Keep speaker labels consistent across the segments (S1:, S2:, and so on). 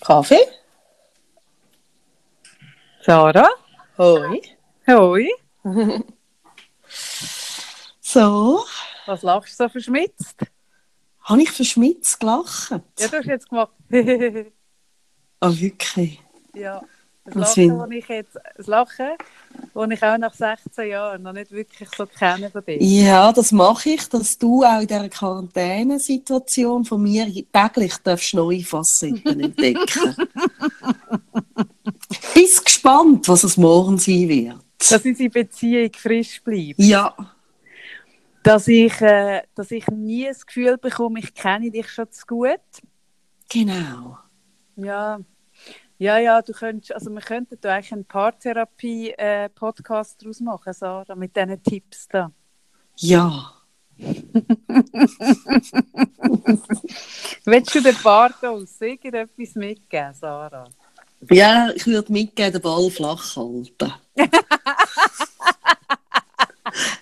S1: Kaffee?
S2: Sarah?
S1: Hoi.
S2: Hoi?
S1: So,
S2: Was lachst du so verschmitzt?
S1: habe ich verschmitzt gelacht?
S2: Ja, du hast jetzt gemacht.
S1: Oh, wirklich?
S2: ja. Das
S1: Was
S2: Lachen,
S1: für-
S2: das ich jetzt, das Lachen, das ich auch nach 16 Jahren noch nicht wirklich so kenne von dir.
S1: Ja, das mache ich, dass du auch in dieser Quarantänesituation von mir täglich darfst neue Facetten entdecken. Bist gespannt, was es morgen sein wird.
S2: Dass unsere Beziehung frisch bleibt.
S1: Ja,
S2: Dass ich, äh, dass ich nie das Gefühl bekomme, ich kenne dich schon zu gut.
S1: genau.
S2: Ja, ja, ja du könntest, also wir könnten da eigentlich einen Paartherapie-Podcast draus machen, Sarah, mit diesen Tipps da.
S1: Ja.
S2: Willst du den Bart aus irgendetwas mitgeben, Sarah?
S1: Ja, ich würde mitgeben, den Ball flach halten.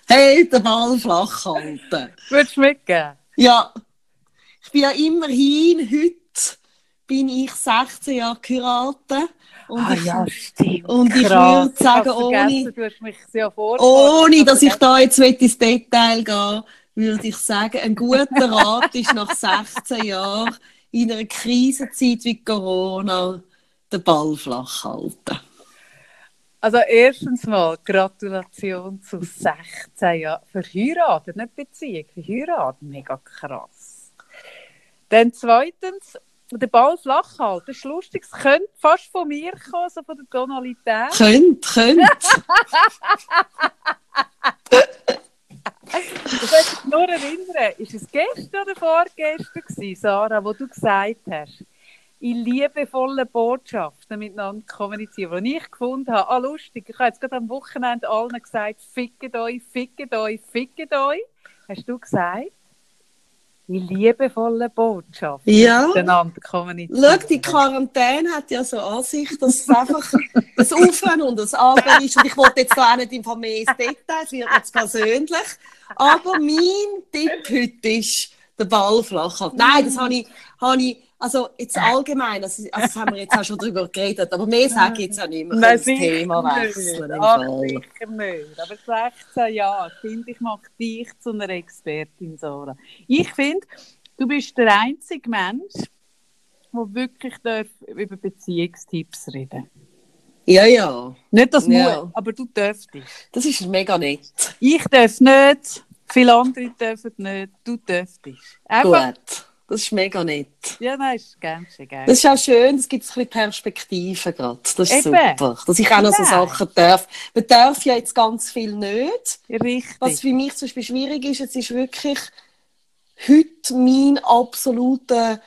S1: hey, den Ball flach halten.
S2: Würdest du mitgeben?
S1: Ja, ich bin ja immerhin heute bin ich 16 Jahre geheiratet und ich,
S2: Ah, stimmt.
S1: und ich würde sagen, ohne,
S2: vergessen, du hast mich ja vorgestellt. Also, äh,
S1: ohne dass ich da jetzt will ins Detail gehen würde ich sagen, ein guter Rat ist nach 16 Jahren in einer Krisenzeit wie Corona den Ball flach halten.
S2: Also erstens mal, Gratulation zu 16 Jahren. Verheiratet, nicht Beziehung, verheiratet, mega krass. Dann zweitens, den Ball flach halten, das ist lustig, es könnte fast von mir kommen, so von der Tonalität.
S1: Könnt, könnt.
S2: Ich möchte mich nur erinnern, ist es gestern oder vorgestern gewesen, Sarah, wo du gesagt hast, in liebevollen Botschaften miteinander kommunizieren, wo ich gefunden habe, ah lustig, ich habe jetzt gerade am Wochenende allen gesagt, fickt euch, fickt euch, fickt euch, hast du gesagt, in liebevollen Botschaften
S1: Ja.
S2: miteinander kommunizieren.
S1: Schau, die Quarantäne hat ja so an sich, dass es einfach ein Auf und ein Ab ist. Und ich wollte jetzt da auch nicht im Vermehr ins Detail, es wird jetzt persönlich. Aber mein Tipp heute ist, den Ball flach halten. Nein, das habe ich, habe ich also jetzt allgemein, also, also das haben wir jetzt auch schon drüber geredet, aber mehr sage ich jetzt auch nicht mehr.
S2: Nein,
S1: das Thema wechseln. im
S2: Ach,
S1: Fall.
S2: sicher nicht. Aber 16 Jahre, finde ich, macht dich zu einer Expertin, Sarah. Ich finde, du bist der einzige Mensch, der wirklich darf über Beziehungstipps reden
S1: Ja, ja,
S2: Nicht, dass
S1: Ja.
S2: muss, aber du dürftest.
S1: das ist mega nett.
S2: Ich darf nicht, viele andere dürfen nicht, du dürftest. Einfach,
S1: Gut, das ist mega nett.
S2: ja, nein, ist ganz egal.
S1: Das ist auch schön, es gibt ein bisschen Perspektiven gerade. Das ist
S2: Eben.
S1: super. Dass ich auch noch so
S2: Eben.
S1: Sachen darf. Man darf ja jetzt ganz viel nicht.
S2: Richtig.
S1: Was für mich zum Beispiel schwierig ist, es ist wirklich heute mein absoluter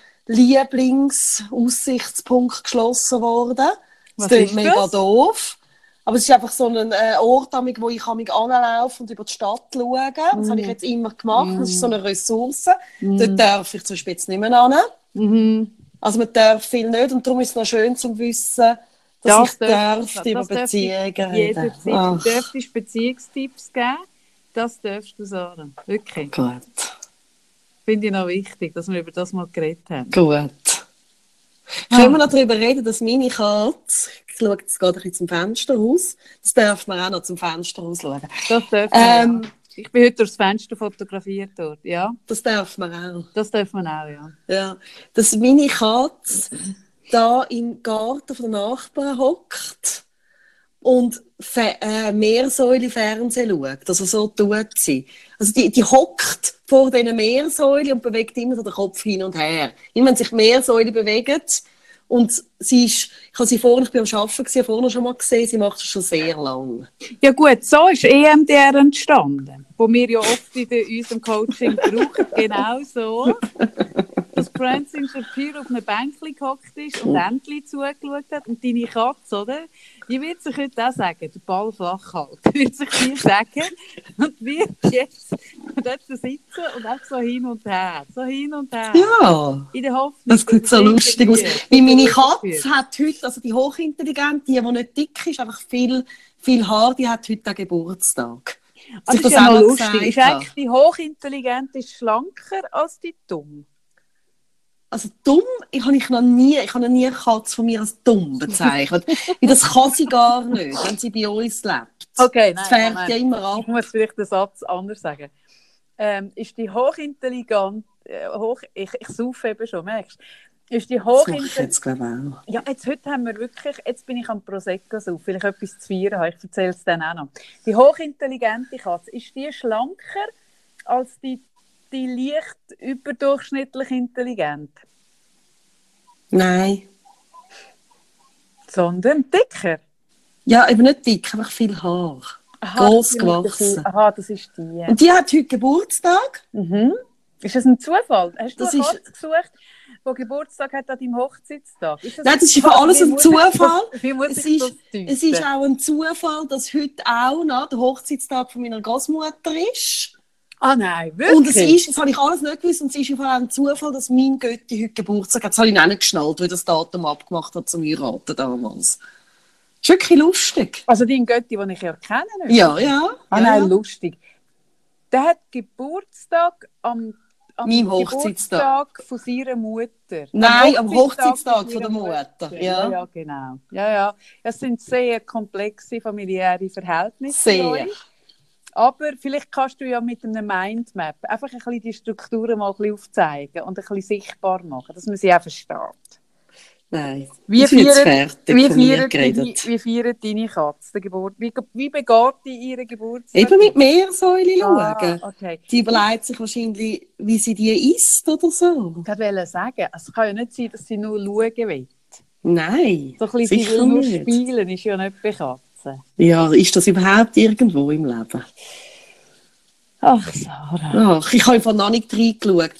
S1: Lieblingsaussichtspunkt geschlossen worden. Das
S2: Was
S1: klingt
S2: ist
S1: mega
S2: das?
S1: doof. Aber es ist einfach so ein äh, Ort, amig, wo ich amig anlaufe und über die Stadt schaue. Das
S2: Mm.
S1: habe ich jetzt immer gemacht. Das ist so eine Ressource.
S2: Mhm.
S1: Dort darf ich zum Beispiel jetzt nicht mehr hin.
S2: Mhm.
S1: Also man darf viel nicht und darum ist es noch schön zu wissen, dass
S2: Das
S1: ich
S2: darf-
S1: darf, über
S2: das darf ich
S1: Beziehungen reden. Ah,
S2: Jederzeit. Du
S1: Ach,
S2: dürftest Beziehungstipps geben. Das dürfst du sagen. Wirklich.
S1: gut,
S2: Finde ich noch wichtig, dass wir über das mal geredet haben.
S1: gut.
S2: Ah.
S1: Können wir noch darüber reden, dass meine Katze, ich schaue jetzt gerade ein bisschen zum Fenster raus, das darf man auch noch zum Fenster raus schauen.
S2: Das dürfen
S1: Ähm.
S2: wir. auch. Ich bin heute durchs Fenster fotografiert worden. Ja,
S1: Das darf man auch.
S2: das dürfen wir auch, ja.
S1: Ja. Dass meine Katze da im Garten von den Nachbarn hockt und Fe äh, Meersäule Fernsehen schaut. Also so tut sie. Also die, die hockt vor diesen Meersäule und bewegt immer so den Kopf hin und her. Immer wenn sich Meersäule bewegt und sie ist, ich habe sie vorhin, ich bin am Arbeiten, gewesen, vorhin schon mal gesehen, sie macht das schon sehr lange.
S2: Ja gut, so ist EMDR entstanden, wo wir ja oft in de- unserem Coaching brauchen, genau so. Dass Francine Shapiro auf einer Bänkli gehockt ist und Entli zugeschaut hat und deine Katze, oder? Die wird sich heute auch sagen, der Ball flach halten, wird sich die sagen und wird jetzt dort so sitzen und auch so hin und her, so hin und her.
S1: Ja.
S2: In der Hoffnung.
S1: Das sieht so
S2: dass es
S1: lustig aus.
S2: irgendwie-
S1: Wie meine Katze hat heute, also die hochintelligente, die, die nicht dick ist, einfach viel, viel Haar, die hat heute auch Geburtstag.
S2: Ah,
S1: Dass
S2: das
S1: ich
S2: ist ja
S1: auch
S2: noch
S1: mal
S2: lustig.
S1: gesagt
S2: Ist eigentlich die Hochintelligente ist schlanker als die Dumm.
S1: also dumm, ich habe ich noch nie, ich habe noch nie eine Katze von mir als dumm bezeichnet. Weil das kann sie gar nicht, wenn sie bei uns lebt.
S2: Okay,
S1: Das
S2: nein,
S1: fährt ja
S2: nein.
S1: immer
S2: Ich
S1: ab.
S2: muss vielleicht den Satz anders sagen. Ähm, ist die hochintelligent, äh, hoch, ich, ich saufe eben schon, merkst du? Ist die
S1: Das mache ich
S2: hochintelligent,
S1: jetzt, glaube ich, auch.
S2: Ja, jetzt heute haben wir wirklich, jetzt bin ich am Prosecco so, vielleicht etwas zu feiern habe, ich erzähle es dann auch noch. Die hochintelligente Katze, ist die schlanker als die, die leicht überdurchschnittlich intelligent,
S1: Nein.
S2: sondern dicker?
S1: Ja, eben nicht dick, einfach viel Haar.
S2: Aha,
S1: Gross
S2: die mit der
S1: gewachsen.
S2: Kuh- Aha, das ist die.
S1: Und die hat heute Geburtstag.
S2: Mhm. Ist das ein Zufall? Hast du
S1: Das
S2: eine
S1: ist-
S2: Katze gesucht, die Geburtstag hat an deinem Hochzeitstag? Ist
S1: Nein, das ist für
S2: Wie
S1: alles ein
S2: muss ich das-
S1: Zufall.
S2: Wie muss
S1: Es
S2: ich
S1: ist-
S2: das deuten?
S1: Es ist auch ein Zufall, dass heute auch noch der Hochzeitstag von meiner Großmutter ist.
S2: Ah nein, wirklich?
S1: Und es ist, das habe ich alles nicht gewusst, und es ist im Fall auch ein Zufall, dass mein Götti heute Geburtstag hat. Das habe ich noch nicht geschnallt, weil das Datum abgemacht hat zum Heiraten damals. Das ist wirklich lustig.
S2: Also dein Götti, den ich ja kenne. nicht?
S1: Ja, ja.
S2: Ah,
S1: ja,
S2: nein,
S1: ja.
S2: lustig. Der hat Geburtstag am, am
S1: Meinem Hochzeitstag.
S2: Geburtstag von seiner Mutter.
S1: Nein, am Hochzeitstag von
S2: ihrer
S1: der Mutter.
S2: Ja. ja,
S1: Ja.
S2: genau. Ja, ja. Es sind sehr komplexe familiäre Verhältnisse.
S1: Sehr.
S2: bei euch. Aber vielleicht kannst du ja mit einem Mindmap einfach ein bisschen die Strukturen mal ein bisschen aufzeigen und ein bisschen sichtbar machen, dass man sie auch versteht.
S1: Nein.
S2: Wie
S1: das ist jetzt
S2: feiern,
S1: fertig
S2: wie
S1: von mir
S2: feiern, deine,
S1: geredet.
S2: wie feiern deine Katze den Geburt? Wie, wie begeht die ihren Geburtstag?
S1: Eben mit Meersäule
S2: Ah,
S1: schauen.
S2: okay.
S1: Die überlegt sich wahrscheinlich, wie sie die isst oder so.
S2: Ich wollte sagen, es kann ja nicht sein, dass sie nur schauen will.
S1: Nein.
S2: So ein bisschen, sie
S1: Sicher
S2: will nur
S1: nicht.
S2: spielen, ist ja nicht bekannt.
S1: Ja, ist das überhaupt irgendwo im Leben?
S2: Ach, Sarah.
S1: Ach, ich habe einfach noch nicht reingeschaut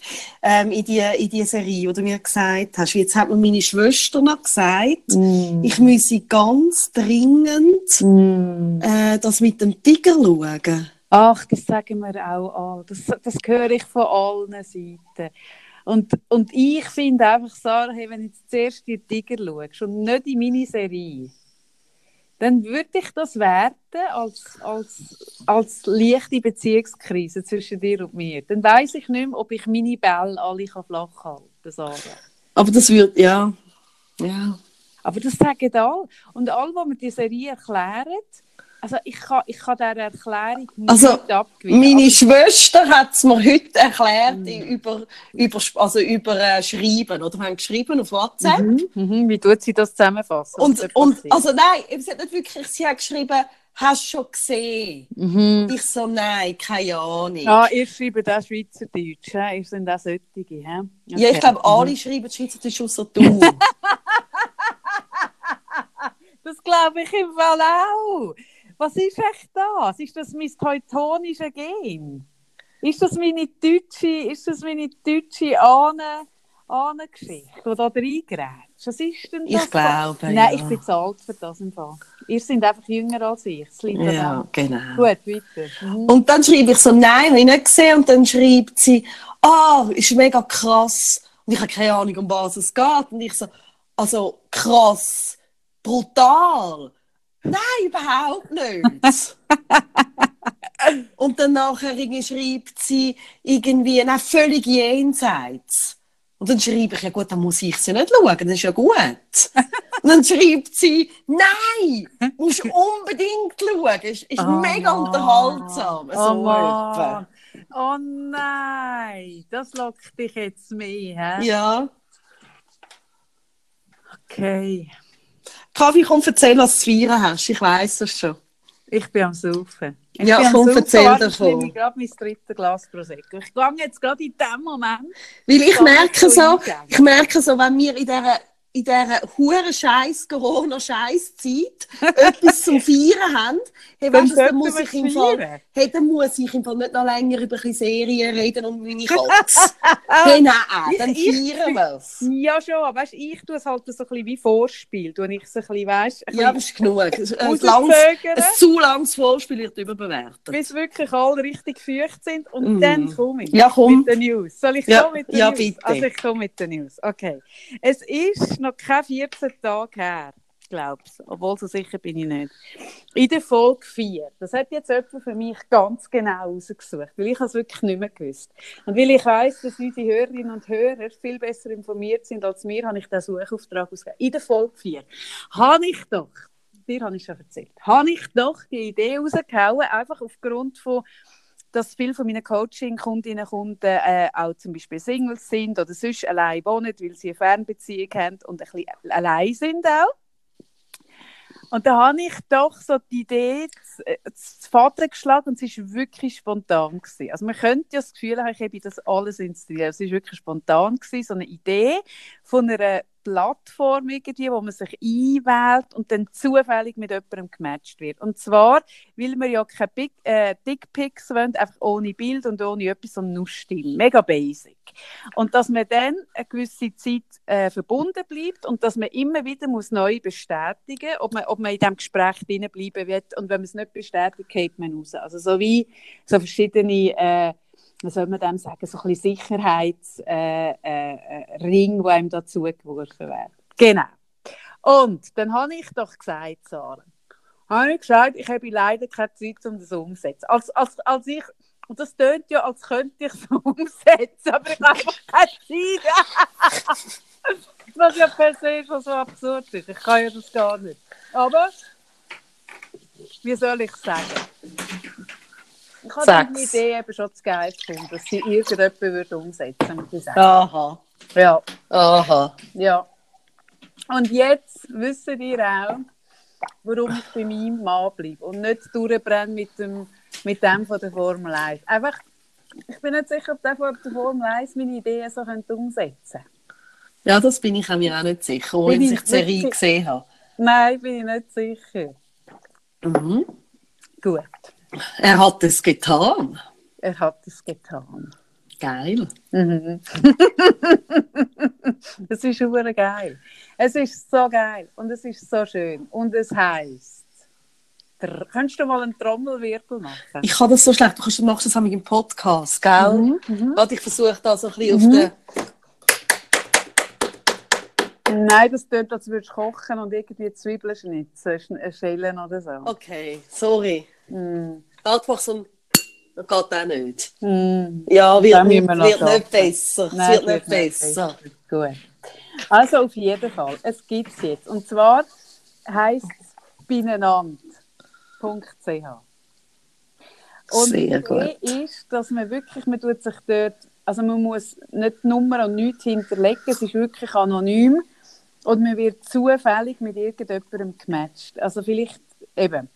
S1: ähm, in, die, in die Serie, die du mir gesagt hast. Jetzt hat mir meine Schwester noch gesagt,
S2: Mhm. Mm.
S1: ich müsse ganz dringend äh, das mit dem Tiger schauen.
S2: Ach, das sagen wir auch alle. Das, das höre ich von allen Seiten. Und, und ich finde einfach, Sarah, hey, wenn du jetzt zuerst in den Tiger schaust und nicht in meine Serie, dann würde ich das werten als, als, als leichte Beziehungskrise zwischen dir und mir. Dann weiß ich nicht mehr, ob ich meine Bälle alle kann flach halten kann, Sarah.
S1: Aber das wird, ja. Ja.
S2: Aber das sagen alle. Und alle, die mir die Serie erklären, also ich kann, ich kann dieser Erklärung nicht
S1: Also,
S2: abgewinnen.
S1: Meine
S2: Aber-
S1: Schwester hat es mir heute erklärt,
S2: Mhm.
S1: i- über, über, also über äh, Schreiben. Oder wir haben geschrieben auf WhatsApp.
S2: Mhm, mhm, wie tut sie das zusammenfassen?
S1: Und,
S2: Was dort
S1: und
S2: passiert?
S1: also nein, eben, sie hat nicht wirklich, sie hat geschrieben, hast du schon gesehen?
S2: mhm.
S1: Ich so, nein, keine Ahnung.
S2: Ah, ihr schreibt auch Schweizerdeutsch, hä? ihr sind auch solche. hä?
S1: Ja,
S2: Okay.
S1: ich glaube, alle schreiben Schweizerdeutsch außer du.
S2: Mhm. Das glaube ich im Fall auch. Was ist echt das? Ist das mein teutonische Gen? Ist das meine deutsche, ist das meine deutsche Ahnen, Ahnengeschichte, die da reingrätscht? Was ist denn das?
S1: ich glaube.
S2: Nein,
S1: ja.
S2: ich bin zu alt für das im Fall. Ihr seid einfach jünger als ich. Das liegt
S1: Ja, nou.
S2: ja.
S1: genau.
S2: Gut, weiter. Mhm.
S1: Und dann schreibe ich so, nein, habe ich nicht gesehen. Und dann schreibt sie, ah, ist mega krass. Und ich habe keine Ahnung, um was es geht. Und ich so, also krass, brutal. Nein, überhaupt nicht. Und dann nachher irgendwie schreibt sie irgendwie, nein, völlig jenseits. Und dann schreibe ich, ja gut, dann muss ich sie nicht schauen, das ist ja gut. Und dann schreibt sie, nein, musst unbedingt schauen, ist, ist
S2: Oh
S1: mega
S2: Mann.
S1: unterhaltsam.
S2: Oh,
S1: So
S2: Mann. oh nein, das lockt dich jetzt mehr.
S1: etwa.
S2: He?
S1: Ja.
S2: Okay,
S1: Kaffee, komm, erzähl, was du zu feiern hast. Ich weiss es schon.
S2: ich bin am Saufen. Ich
S1: Ja,
S2: bin am
S1: komm,
S2: Saufen,
S1: erzähl
S2: warte, Ich nehme
S1: davon.
S2: gerade mein drittes Glas Prosecco. Ich gehe jetzt gerade in dem Moment.
S1: Weil ich
S2: Kann ich
S1: merke
S2: so
S1: so,
S2: eingehen?
S1: ich merke so, wenn wir in dieser in dieser huren scheiß corona scheiß zeit etwas zum Feiern haben, hey, weißt, du, dann
S2: sollten
S1: muss
S2: wir
S1: ich im
S2: es
S1: Fall,
S2: feiern.
S1: hey, dann muss ich im Fall nicht noch länger über ein Serien eh, reden und meine Katze. hey, ah, nein, dann
S2: Ich- ich-
S1: feiern wir es.
S2: Ja, schon, aber weißt, ich tue es halt so ein bisschen wie Vorspiel. Tue ich es ein bisschen, weißt, ein
S1: Ja, äh, das
S2: bisschen
S1: ist genug. Ein, ein, langes, ein
S2: rauszögern.
S1: zu langes Vorspiel wird überbewertet.
S2: bis wirklich alle richtig feucht sind und
S1: Mhm.
S2: dann komme ich
S1: Ja, komm.
S2: mit den News. Soll ich
S1: Ja,
S2: kommen mit den
S1: ja,
S2: News?
S1: bitte.
S2: Also ich komme mit den News. Okay. Es ist noch keine 14 Tage her. glaube ich. Obwohl, so sicher bin ich nicht. In der Folge 4. Das hat jetzt jemand für mich ganz genau rausgesucht, weil ich es wirklich nicht mehr gewusst. Und weil ich weiss, dass unsere Hörerinnen und Hörer viel besser informiert sind als wir, habe ich den Suchauftrag ausgegeben. In der Folge 4 habe ich doch, dir habe ich schon erzählt, habe ich doch die Idee rausgehauen, einfach aufgrund von dass viele von meinen Coaching-Kundinnen und Kunden äh, auch zum Beispiel Singles sind oder sonst allein wohnen, weil sie eine Fernbeziehung haben und ein bisschen allein sind auch. Und da habe ich doch so die Idee zu, äh, zu Vater geschlagen und es war wirklich spontan. Gewesen. Also man könnte ja das Gefühl haben, ich habe das alles instruiert. Es war wirklich spontan, gewesen, so eine Idee von einer Plattform, irgendwie, wo man sich einwählt und dann zufällig mit jemandem gematcht wird. Und zwar, weil wir ja keine Big, äh, Dickpics wollen, einfach ohne Bild und ohne etwas, sondern nur still. Mega basic. Und dass man dann eine gewisse Zeit äh, verbunden bleibt und dass man immer wieder muss neu bestätigen ob man, ob man in diesem Gespräch drin bleiben wird. Und wenn man es nicht bestätigt, geht man raus. Also so wie so verschiedene... Äh, was soll man dem sagen, so ein bisschen Sicherheitsring, äh, äh, Ring, der einem da zugeworfen wird. Genau. Und dann habe ich doch gesagt, Sarah, habe ich gesagt, ich habe leider keine Zeit, um das umzusetzen. Als, als, als ich, und das tönt ja, als könnte ich es umsetzen, aber ich habe einfach keine Zeit. Was ja per se schon so absurd ist. Ich kann ja das gar nicht. Aber, wie soll ich es sagen? Ich habe die
S1: Sag's.
S2: Idee eben schon zu geil gefunden, dass sie irgendjemand würde umsetzen würde. Ja.
S1: Aha,
S2: ja,
S1: aha.
S2: ja. Und jetzt wissen ihr auch, warum ich bei meinem Mann bleibe und nicht durchbrenne mit dem, mit dem von der Formel 1. Einfach, ich bin nicht sicher, ob der von der Formel 1 meine Ideen so könnte umsetzen könnte.
S1: Ja, das bin ich mir auch nicht sicher, wo
S2: Bin
S1: ich
S2: ich
S1: sich die Serie
S2: wirklich-
S1: gesehen habe.
S2: Nein, bin ich nicht sicher.
S1: Mhm.
S2: Gut,
S1: Er hat es getan.
S2: er hat es getan.
S1: Geil.
S2: Mhm. es ist super geil. Es ist so geil und es ist so schön. Und es heisst. Tr- Könntest du mal einen Trommelwirbel machen?
S1: Ich kann das so schlecht. Du kannst- du machst das auch mit dem Podcast, gell? Warte, ich versuche da so ein bisschen
S2: Mhm.
S1: auf den...
S2: Nein, das tut, als würdest du kochen und irgendwie Zwiebeln schnitzen, sch- schälen oder so.
S1: Okay, sorry.
S2: Mm.
S1: Warte, mach so ein... Das geht auch nicht.
S2: Mm.
S1: Ja, wird,
S2: Dann
S1: nicht,
S2: müssen wir noch
S1: wird nicht
S2: arbeiten.
S1: besser. Es
S2: Nein,
S1: wird nicht
S2: es
S1: besser.
S2: Gut. Also auf jeden Fall, es gibt es jetzt. Und zwar heisst es beieinander.ch. Und
S1: Sehr
S2: die Idee ist, dass man wirklich, man tut sich dort, also man muss nicht die Nummer und nichts hinterlegen, es ist wirklich anonym und man wird zufällig mit irgendjemandem gematcht. Also vielleicht eben,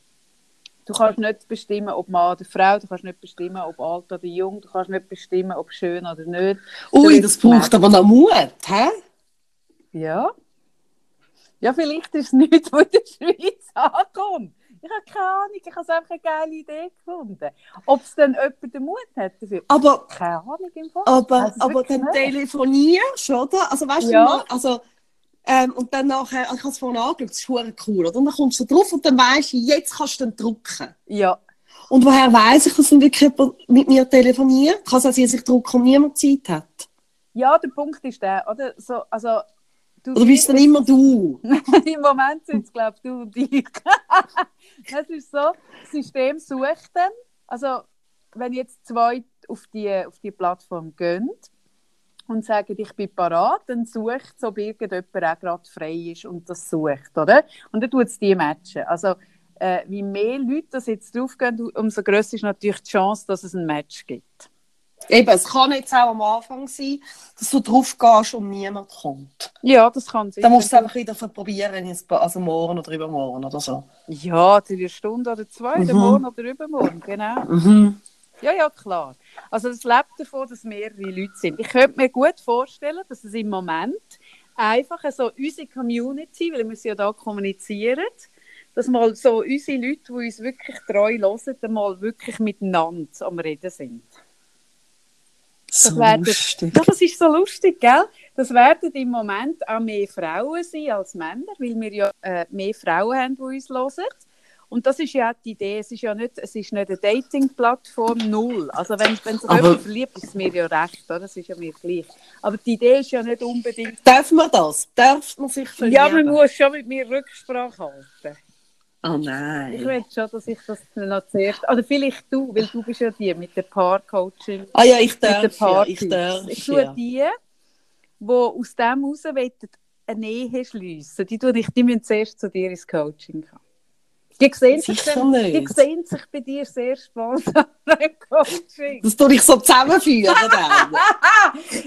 S2: du kannst nicht bestimmen, ob Mann oder Frau, du kannst nicht bestimmen, ob alt oder jung, du kannst nicht bestimmen, ob schön oder nicht.
S1: Ui, das braucht aber noch Mut, hä?
S2: Ja. Ja, vielleicht ist es nichts, was in der Schweiz ankommt. Ich habe keine Ahnung, ich habe einfach eine geile Idee gefunden. Ob es dann jemand den Mut hat dafür?
S1: Aber,
S2: Keine Ahnung im Fall.
S1: aber,
S2: Also
S1: aber
S2: wirklich
S1: dann
S2: nicht.
S1: telefonierst, oder? Also weißt
S2: Ja.
S1: du mal, also... Ähm, und dann nachher, ich habe es vorhin angeschaut, das ist verdammt cool, oder? Und dann kommst du drauf und dann weißt du, jetzt kannst du den drucken.
S2: Ja,
S1: Und woher weiß ich, dass dann wirklich jemand mit mir telefoniert? Kann es auch sein, dass ich Druck und niemand Zeit hat?
S2: ja, der Punkt ist der, oder? So, also, du
S1: Oder bist dann immer du?
S2: Im Moment sind es, glaube ich, du und ich. es ist so, das System sucht dann, also wenn jetzt zwei auf die, auf die Plattform gehen und sagen, ich bin parat, dann sucht es, ob irgendjemand auch gerade frei ist und das sucht, oder? Und dann tut es die matchen. Also äh, wie mehr Leute das jetzt draufgehen, umso grösser ist natürlich die Chance, dass es ein Match gibt.
S1: Eben, es kann jetzt auch am Anfang sein, dass du drauf gehst und niemand kommt.
S2: Ja, das kann sein.
S1: Dann musst du es einfach wieder probieren, in ein paar- also morgen oder übermorgen oder so.
S2: Ja, zu einer Stunde oder zwei,
S1: Mhm.
S2: oder morgen oder übermorgen, genau.
S1: Mhm.
S2: Ja, ja, klar. Also das lebt davon, dass mehrere Leute sind. Ich könnte mir gut vorstellen, dass es im Moment einfach so unsere Community, weil wir müssen ja da kommunizieren, dass mal so unsere Leute, die uns wirklich treu hören, dann mal wirklich miteinander am Reden sind.
S1: So
S2: wär das-
S1: lustig.
S2: Ja, das ist so lustig, gell? Das werden im Moment auch mehr Frauen sein als Männer, weil wir ja äh, mehr Frauen haben, die uns hören. Und das ist ja auch die Idee. Es ist ja nicht, es ist nicht eine Dating-Plattform null. Also wenn, wenn sich
S1: Aber-
S2: jemand verliebt, ist es mir ja recht, oder? Das ist ja mir gleich. Aber die Idee ist ja nicht unbedingt.
S1: Darf man das? Darf man sich verlieben?
S2: Ja, man muss schon mit mir Rücksprache halten.
S1: Oh
S2: Ich
S1: nein.
S2: will schon, dass ich das noch zuerst. Oder vielleicht du, weil du bist ja die mit der Paar-Coaching.
S1: Ah ja, ich
S2: mit
S1: darf. Ja, ich
S2: Paartipps.
S1: darf.
S2: Ich tue
S1: ja.
S2: die, die aus dem heraus wollen, eine Ehe schliessen. Die, tue ich, die müssen zuerst zu dir ins Coaching kommen. Die sehen, sich,
S1: Sicher
S2: dann- die
S1: nicht.
S2: sehen sich bei dir sehr spontan im Coaching.
S1: Das tue ich so zusammenführen. dann.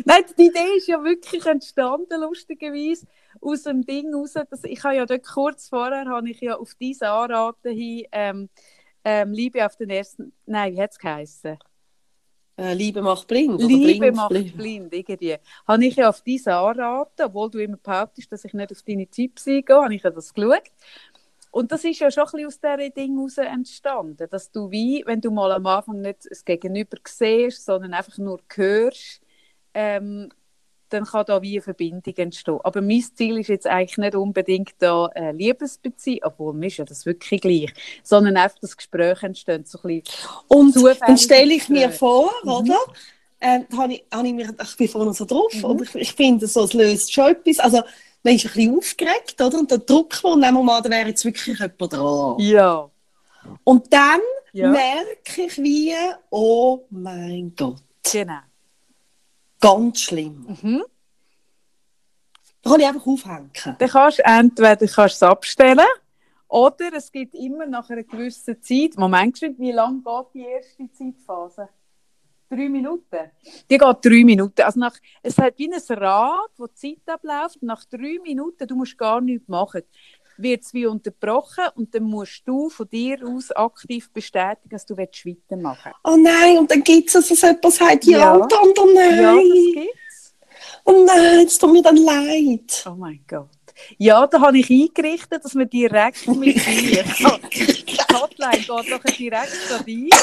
S2: Nein, die Idee ist ja wirklich entstanden, lustigerweise, aus dem Ding raus. Dass ich habe ja dort kurz vorher, habe ich ja auf diese Anraten hin, ähm, ähm, Liebe auf den ersten, nein, wie hat es geheissen?
S1: Äh, Liebe macht blind. oder
S2: Liebe
S1: blind
S2: macht blind, irgendwie. Habe ich ja auf diese anraten, obwohl du immer behauptest, dass ich nicht auf deine Tipps eingehe, habe ich ja das geschaut. Und das ist ja schon ein bisschen aus diesem Ding heraus entstanden, dass du wie, wenn du mal am Anfang nicht das Gegenüber siehst, sondern einfach nur hörst, ähm, dann kann da wie eine Verbindung entstehen. Aber mein Ziel ist jetzt eigentlich nicht unbedingt da eine Liebesbeziehung, obwohl mir ist ja das wirklich gleich, sondern einfach das Gespräch entsteht so ein bisschen.
S1: Und
S2: Zufällig
S1: dann stelle ich mir
S2: gestört.
S1: vor,
S2: Mhm.
S1: oder? Ähm, da habe ich, habe ich, mir, ich bin vorne so drauf
S2: Mhm.
S1: und ich, ich finde, so, es löst schon etwas. Also, man ist ein bisschen aufgeregt, oder? Und dann drückt man und nehmen wir mal, da wäre jetzt wirklich jemand dran.
S2: Ja.
S1: Und dann
S2: ja.
S1: merke ich wie, oh mein Gott,
S2: Genau.
S1: ganz schlimm.
S2: Mhm.
S1: Da kann ich einfach aufhängen.
S2: Dann kannst du entweder kannst du es abstellen oder es gibt immer nach einer gewissen Zeit. Moment, geschwind, wie lange geht die erste Zeitphase? Drei Minuten. Die geht drei Minuten. Also nach, es hat wie ein Rad, wo die Zeit abläuft. Nach drei Minuten, du musst gar nichts machen. Wird es wie unterbrochen und dann musst du von dir aus aktiv bestätigen, dass du willst weitermachen
S1: Oh nein, und dann gibt es, dass es jemand sagt, ja,
S2: Ja.
S1: und der andere
S2: willst.
S1: nein.
S2: Ja, das gibt's.
S1: oh nein, es tut mir dann leid.
S2: Oh mein Gott. Ja, da habe ich eingerichtet, dass man direkt mit dir. Die Hotline geht doch direkt an dich.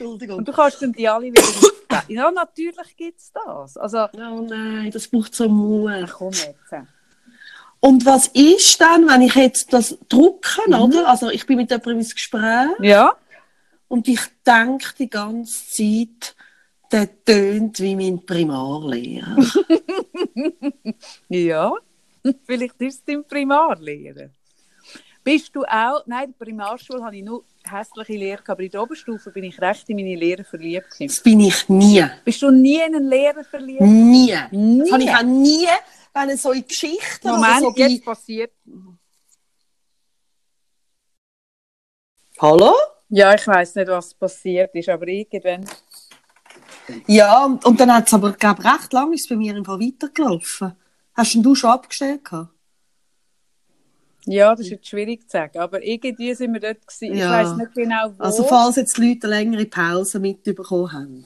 S1: Entschuldigung.
S2: Und du kannst dann die alle wieder aufgeben. Ja, natürlich gibt es das. Also,
S1: Oh nein, das braucht so Mut.
S2: ach, komm jetzt.
S1: Und was ist dann, wenn ich jetzt das drucke,
S2: Mhm.
S1: oder? Also ich bin mit jemandem ins Gespräch
S2: Ja?
S1: und ich denke die ganze Zeit, der tönt wie mein Primarlehrer.
S2: Ja. Vielleicht ist es dein Primarlehrer. Bist du auch... Nein, in der Primarschule hatte ich nur hässliche Lehrer, gehabt, aber in der Oberstufe bin ich recht in meine Lehrer verliebt. gewesen.
S1: Das bin ich nie.
S2: Bist du nie in einen Lehrer verliebt?
S1: Nie. Das
S2: Nie.
S1: habe ich auch nie, wenn es so in Geschichten
S2: Moment,
S1: oder so
S2: jetzt passiert...
S1: Hallo?
S2: Ja, ich weiss nicht, was passiert ist, aber irgendwann...
S1: Ja, und, und dann hat es aber, glaube ich, recht lange ist es bei mir im Fall weitergelaufen. Hast denn du schon abgestellt? gehabt?
S2: Ja, das ist jetzt schwierig zu sagen, aber irgendwie sind wir dort gewesen. Ich
S1: Ja.
S2: weiss nicht genau, wo.
S1: Also falls jetzt die Leute eine längere Pause mitbekommen haben.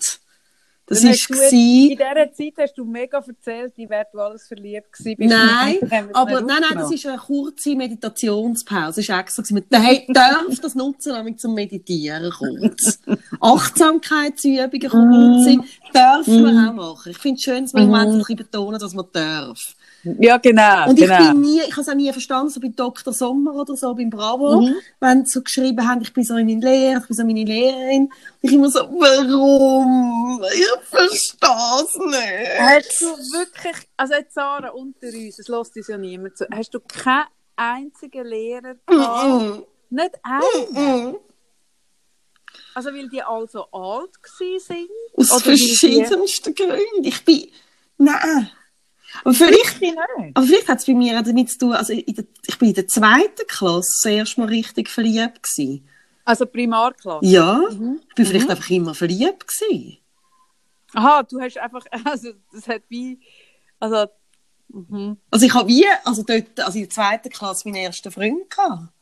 S1: Das
S2: Dann hast du
S1: war...
S2: jetzt- In dieser Zeit hast du mega erzählt, in wer du alles verliebt gewesen bist.
S1: Nein,
S2: Dann haben wir es
S1: aber
S2: nicht
S1: nein, nein, das
S2: aufgenommen.
S1: ist eine kurze Meditationspause. Das war extra. gewesen. Man hey, darf das nutzen, nämlich zum Meditieren kurz. Achtsamkeitsübungen kurze,
S2: Mhm.
S1: darf man auch machen. Ich finde es schön, dass man im Moment ein bisschen betonen, dass man darf.
S2: Ja, genau.
S1: Und ich
S2: genau.
S1: bin nie, ich habe es auch nie verstanden, so bei Dr. Sommer oder so, beim Bravo,
S2: Mhm.
S1: wenn sie so geschrieben haben, ich bin so in meine Lehre, ich bin so meine Lehrerin. Und ich immer so, warum? Ich verstehe es nicht.
S2: Hast du wirklich, also jetzt Sarah unter uns, es lässt uns ja niemand zu, hast du keinen einzigen Lehrer gehabt?
S1: Mm,
S2: Nicht einen?
S1: Mhm.
S2: Also weil die all so alt gewesen sind?
S1: Aus
S2: Oder weil die-
S1: verschiedensten Gründen. Ich bin. Nein. Aber vielleicht,
S2: Die nicht.
S1: aber vielleicht hat es bei mir auch damit zu tun, also in der, ich bin in der zweiten Klasse das erste Mal richtig verliebt. Gewesen.
S2: Also Primarklasse?
S1: Ja,
S2: Mhm.
S1: ich bin vielleicht einfach immer verliebt. Gewesen.
S2: Aha, du hast einfach, also das hat wie, also, mhm.
S1: Also ich habe wie, also dort, also in der zweiten Klasse meinen ersten Freund gehabt.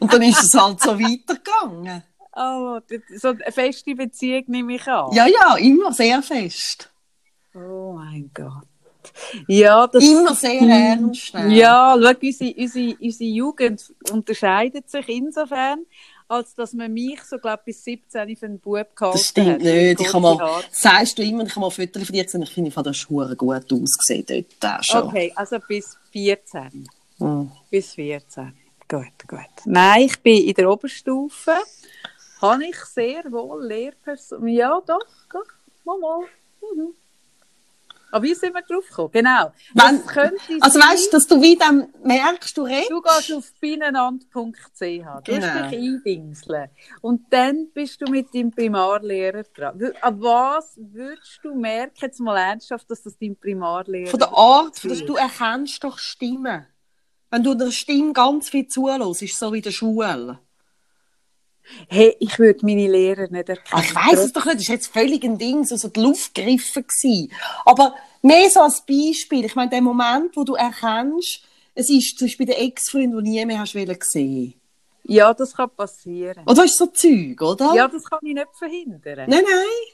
S1: Und dann ist es halt so weitergegangen.
S2: oh, das- so eine feste Beziehung nehme ich an.
S1: Ja, ja, immer sehr fest.
S2: Oh mein Gott. Ja, das
S1: Immer sehr ernst. nehmen.
S2: Ja, schau, unsere, unsere, unsere Jugend unterscheidet sich insofern, als dass man mich so, glaube bis 17 für einen Bub gehalten
S1: Das stimmt
S2: hat.
S1: nicht. Ich
S2: Kurze
S1: habe mal,
S2: Haare.
S1: sagst du immer, ich habe mal Fotos von dir gesehen, ich finde, ich habe das hure gut ausgesehen dort auch schon.
S2: Okay, also bis 14.
S1: Mhm.
S2: Bis 14. Gut, gut. Nein, ich bin in der Oberstufe. Habe ich sehr wohl Lehrperson. Ja, doch, doch. Mal, mal. Mhm. Aber wie sind wir drauf gekommen? Genau.
S1: Wenn-
S2: Es könnte
S1: Also
S2: sein-
S1: weißt du, dass du wieder merkst, du redest.
S2: Du gehst auf bienenand.ch, du
S1: Genau.
S2: genau. dich eindingseln. Und dann bist du mit deinem Primarlehrer dran. W- An was würdest du merken, jetzt mal ernsthaft, dass das dein Primarlehrer
S1: Von der Art, von der- du erkennst doch Stimmen. Wenn du der Stimme ganz viel zuhörst, ist so wie in der Schule.
S2: Hey, ich würde meine Lehrer nicht
S1: Ah,
S2: erkennen.
S1: Ich weiß es doch nicht, das war jetzt völlig ein Ding, so, so die Luft gegriffen. Gewesen. Aber mehr so als Beispiel. Ich meine, der Moment, wo du erkennst, es ist zum Beispiel der Ex-Freund, den du nie mehr hast wollen sehen
S2: Ja, das kann passieren.
S1: Oder ist so Zeug, oder?
S2: Ja, das kann ich nicht verhindern.
S1: Nein, nein.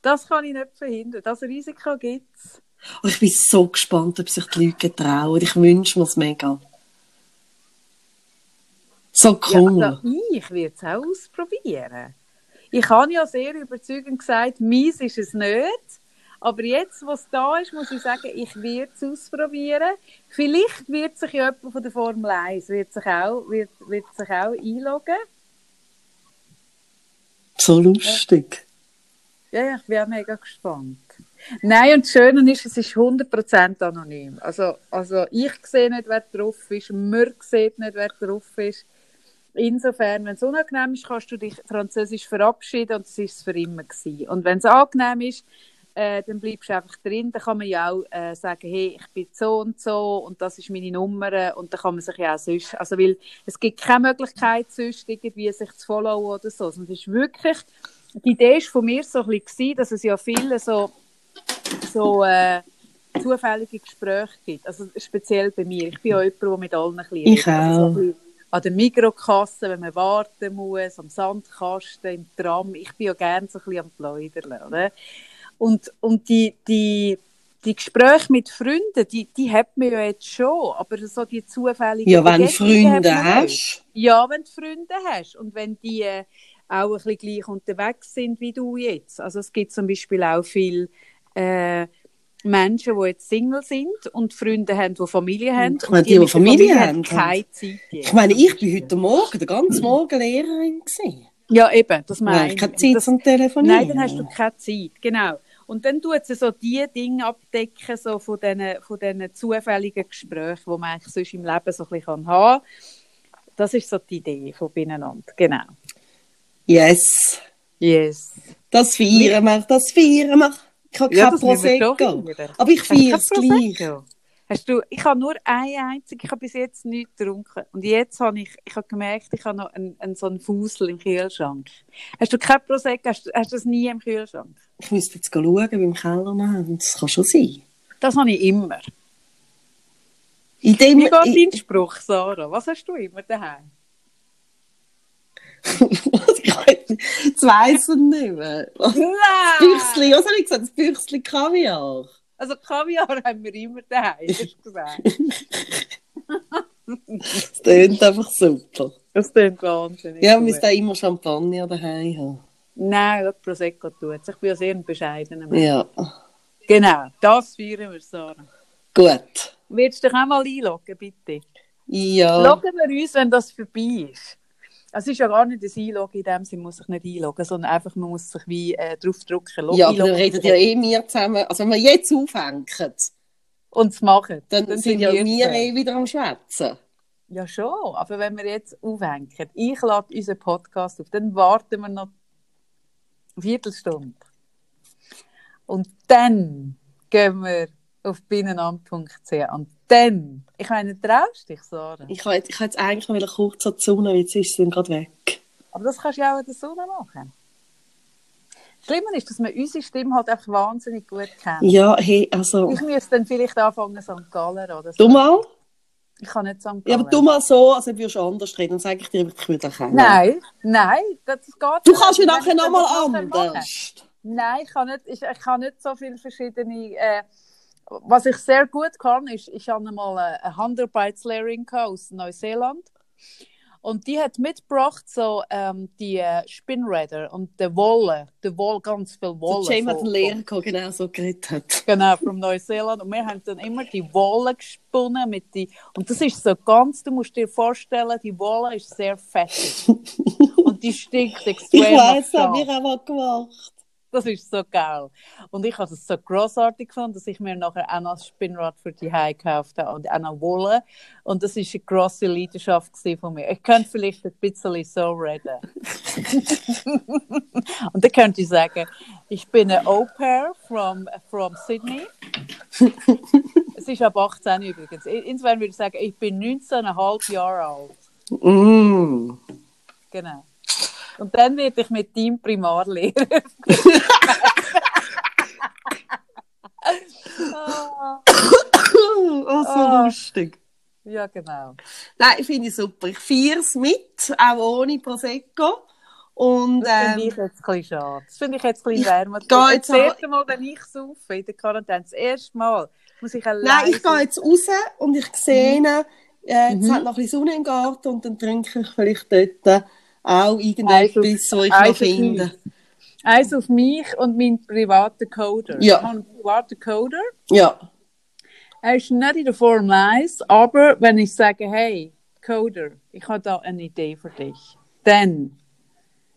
S2: Das kann ich nicht verhindern. Das Risiko gibt es.
S1: Oh, ich bin so gespannt, ob sich die Leute trauen. Ich wünsche mir es mega. So cool.
S2: Ja, also ich würde es auch ausprobieren. Ich habe ja sehr überzeugend gesagt, meins ist es nicht. Aber jetzt, was da ist, muss ich sagen, ich werde es ausprobieren. Vielleicht wird sich ja jemand von der Formel 1 wird sich auch, wird, wird sich auch einloggen.
S1: So lustig.
S2: Ja, ja, ich bin auch mega gespannt. Nein, und das Schöne ist, es ist 100% anonym. Also, also ich sehe nicht, wer drauf ist, man sieht nicht, wer drauf ist. Insofern, wenn es unangenehm ist, kannst du dich französisch verabschieden und es ist es für immer gewesen. Und wenn es angenehm ist, äh, dann bleibst du einfach drin. Dann kann man ja auch äh, sagen, hey, ich bin so und so und das ist meine Nummer äh, und dann kann man sich ja auch sonst, also weil es gibt keine Möglichkeit sonst irgendwie sich zu followen oder so. Und es ist wirklich, die Idee ist von mir so ein bisschen, gewesen, dass es ja viele so, so äh, zufällige Gespräche gibt. Also speziell bei mir. Ich bin ja jemand, der mit allen ein bisschen
S1: Ich
S2: redet. Also so ein
S1: auch.
S2: bisschen an der Mikrokasse, wenn man warten muss, am Sandkasten, im Tram. Ich bin ja gerne so ein bisschen am Pläudern, oder? Und, und die, die, die Gespräche mit Freunden, die, die hat man ja jetzt schon, aber so die zufälligen
S1: Ja, wenn du
S2: Begegnungen hat
S1: Freunde
S2: man nicht.
S1: hast.
S2: Ja, wenn du Freunde hast und wenn die äh, auch ein bisschen gleich unterwegs sind wie du jetzt. Also es gibt zum Beispiel auch viele äh, Menschen, die jetzt Single sind und Freunde haben, die Familie haben.
S1: Ich
S2: Und
S1: meine, die, die
S2: mit der
S1: Familie
S2: haben
S1: haben,
S2: keine Zeit jetzt.
S1: Ich meine, ich bin heute Morgen, den ganzen Morgen Lehrerin gewesen.
S2: Ja, eben, das
S1: Nein,
S2: meine
S1: ich
S2: ich.
S1: keine Zeit
S2: Das-
S1: zum Telefonieren.
S2: Nein, dann hast du keine Zeit, genau. Und dann tut sie so die Dinge abdecken, so von diesen, von diesen zufälligen Gesprächen, die man eigentlich sonst im Leben so ein bisschen haben kann. Das ist so die Idee von Binnenland, genau.
S1: Yes,
S2: Yes.
S1: das feiern wir, das feiern wir. Ich habe kein
S2: müssen wir
S1: Prosecco.
S2: schon feiern.
S1: Aber ich
S2: Hast du
S1: feiere es
S2: kein
S1: gleich.
S2: Prosecco? Hast du, ich habe nur eine einzige, ich habe bis jetzt nichts getrunken. Und jetzt habe ich, ich habe gemerkt, ich habe noch einen, einen, so einen Fusel im Kühlschrank. Hast du kein Prosecco? Hast, du- hast du das nie im Kühlschrank?
S1: Ich müsste jetzt schauen, wie im Keller noch haben. Das kann schon sein.
S2: Das habe ich immer.
S1: In dem,
S2: Wie geht
S1: ich,
S2: dein Spruch, Sarah? Was hast du immer daheim?
S1: jetzt weiss ich nicht mehr. Das
S2: Nein!
S1: Büchsli, was habe ich gesagt? Das Büchsli Kaviar.
S2: Also Kaviar haben wir immer daheim, hast du gesagt.
S1: Das tönt einfach super.
S2: Das klingt wahnsinnig
S1: Ja, wir
S2: gut.
S1: müssen da immer Champagner daheim haben.
S2: Nein, das Prosecco tut Ich bin ja sehr ein bescheidener Mensch.
S1: Ja,
S2: Genau, das feiern wir, Sarah.
S1: gut.
S2: Willst du dich auch mal einloggen, bitte?
S1: Ja.
S2: Loggen wir uns, wenn das vorbei ist. Es ist ja gar nicht ein Einloggen in dem Sinne, muss sich nicht einloggen, sondern einfach, man muss sich wie äh, draufdrücken. Log-
S1: Ja, aber dann
S2: einloggen.
S1: reden ja eh wir zusammen. Also wenn wir jetzt aufhängen,
S2: Und es machen.
S1: dann, sind ja wir
S2: dran.
S1: eh wieder am Schwätzen.
S2: Ja schon, aber wenn wir jetzt aufhängen, ich lade unseren Podcast auf, dann warten wir noch eine Viertelstunde. Und dann gehen wir auf binnenamt.ch und dann, ich meine, traust dich, Sarah?
S1: Ich kann jetzt, ich kann jetzt eigentlich noch wieder kurz an die Sonne, jetzt ist sie dann gerade weg.
S2: Aber das kannst du ja auch in der Sonne machen. Schlimmer ist, dass man unsere Stimme halt einfach wahnsinnig gut kennt.
S1: Ja, hey, also...
S2: Ich müsste dann vielleicht anfangen, St. Gallen oder so.
S1: Du mal?
S2: Ich kann nicht St. Gallen.
S1: Oh, Ja, aber du mal so, als ob du anders reden. Dann sage ich dir, ich würde erkennen.
S2: Nein, nein, das geht
S1: Du kannst ja
S2: Wenn
S1: nachher
S2: ich
S1: nochmal
S2: das nachher mache.
S1: anders.
S2: Nein, ich kann nicht, ich, ich kann nicht so viele verschiedene. Äh, was ich sehr gut kann, ist, ich habe mal eine, eine Handarbeitslehrerin gehabt aus Neuseeland. Und die hat mitgebracht so ähm, die äh, Spinnräder und die Wolle, die Wolle, ganz viel Wolle.
S1: Der Jane hat
S2: von-
S1: einen Lehrer gehabt, genau so geredet hat.
S2: Genau, vom Neuseeland. Und wir haben dann immer die Wolle gesponnen mit die. Und das ist so ganz, du musst dir vorstellen, die Wolle ist sehr fettig. Und die stinkt
S1: Ich
S2: extrem.
S1: weiss,
S2: nach
S1: haben wir
S2: Schaf.
S1: auch mal gemacht.
S2: Das ist so geil. Und ich habe es so grossartig gefunden, dass ich mir nachher auch noch ein Spinnrad für die Hause gekauft habe und auch noch Wolle. Und das ist eine grosse Leidenschaft gewesen von mir. Ich könnte vielleicht ein bisschen so reden. und dann könnte ich sagen, ich bin eine Au-Pair from, from Sydney. es ist ab 18 übrigens. Insofern würde ich sagen, ich bin 19,5 Jahre alt.
S1: Mm.
S2: Genau. Und dann werde ich mit deinem Primarlehrer. Ah,
S1: Oh, so
S2: Ah.
S1: lustig.
S2: ja, genau.
S1: Nein, finde ich super. Ich feiere es mit, auch ohne Prosecco. Und
S2: Das finde
S1: ähm,
S2: ich jetzt ein bisschen schade. Das finde ich jetzt ein bisschen wärmer.
S1: gehe
S2: Das
S1: jetzt
S2: das
S1: auch-
S2: erste Mal, wenn ich saufe in der Quarantäne, das erste Mal, muss ich alleine...
S1: nein, ich gehe jetzt raus und ich sehe, äh, es
S2: Mhm.
S1: hat noch ein bisschen Sonne im Garten und dann trinke ich vielleicht dort auch irgendetwas, was ich noch
S2: Eis auf
S1: finde.
S2: mich. Eins auf mich und meinen privaten Coder.
S1: Ja.
S2: Ich habe einen privaten Coder.
S1: Ja,
S2: Er ist nicht in der Form 1, aber wenn ich sage, hey, Coder, ich habe da eine Idee für dich, dann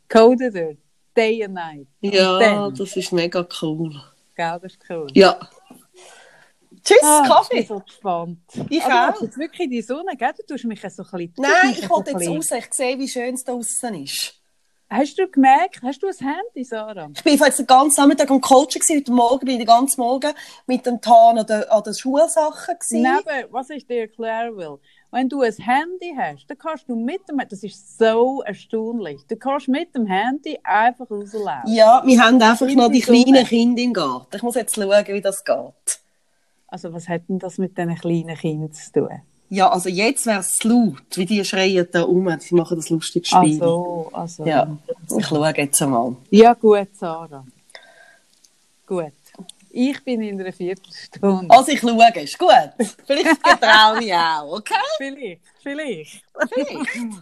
S2: codet er day and night.
S1: ja
S2: Dann.
S1: das ist mega cool.
S2: Gell, das ist cool.
S1: Ja. Tschüss,
S2: Ah, Ich
S1: Kaffee.
S2: bin so gespannt.
S1: Ich
S2: Aber
S1: auch.
S2: Du hast jetzt wirklich in die Sonne, gell? Du tust mich so ein bisschen... du
S1: Nein,
S2: tust mich
S1: ich
S2: so
S1: wollte
S2: ein
S1: jetzt
S2: bisschen-
S1: raus. Ich sehe, wie schön es da draußen ist.
S2: Hast du gemerkt, hast du ein Handy, Sarah?
S1: Ich bin jetzt den ganzen Nachmittag am Coachen gewesen. Heute Morgen bin ich den ganzen Morgen mit dem Tan an den, an den Schulsachen gewesen.
S2: Neben, was ich dir erklären will, wenn du ein Handy hast, dann kannst du mit dem... Das ist so erstaunlich. Du kannst mit dem Handy einfach rauslaufen.
S1: Ja, wir haben einfach
S2: In
S1: noch
S2: die
S1: die kleinen
S2: Sonne.
S1: Kinder im Garten. Ich muss jetzt schauen, wie das geht.
S2: Also was hat denn das mit diesen kleinen Kindern zu tun?
S1: Ja, also jetzt wäre es laut, wie die schreien da rum. Sie machen das lustige Spiel.
S2: Also, also.
S1: Ja, ich schaue jetzt einmal.
S2: ja, gut, Sarah. Gut. Ich bin in einer Viertelstunde.
S1: Also ich schaue, ist gut. Vielleicht getraue ich mich auch, okay?
S2: Vielleicht, vielleicht.
S1: Vielleicht.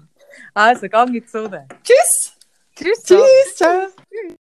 S2: Also, gang in die Sonne.
S1: Tschüss.
S2: Tschüss. Sarah.
S1: Tschüss. Ciao.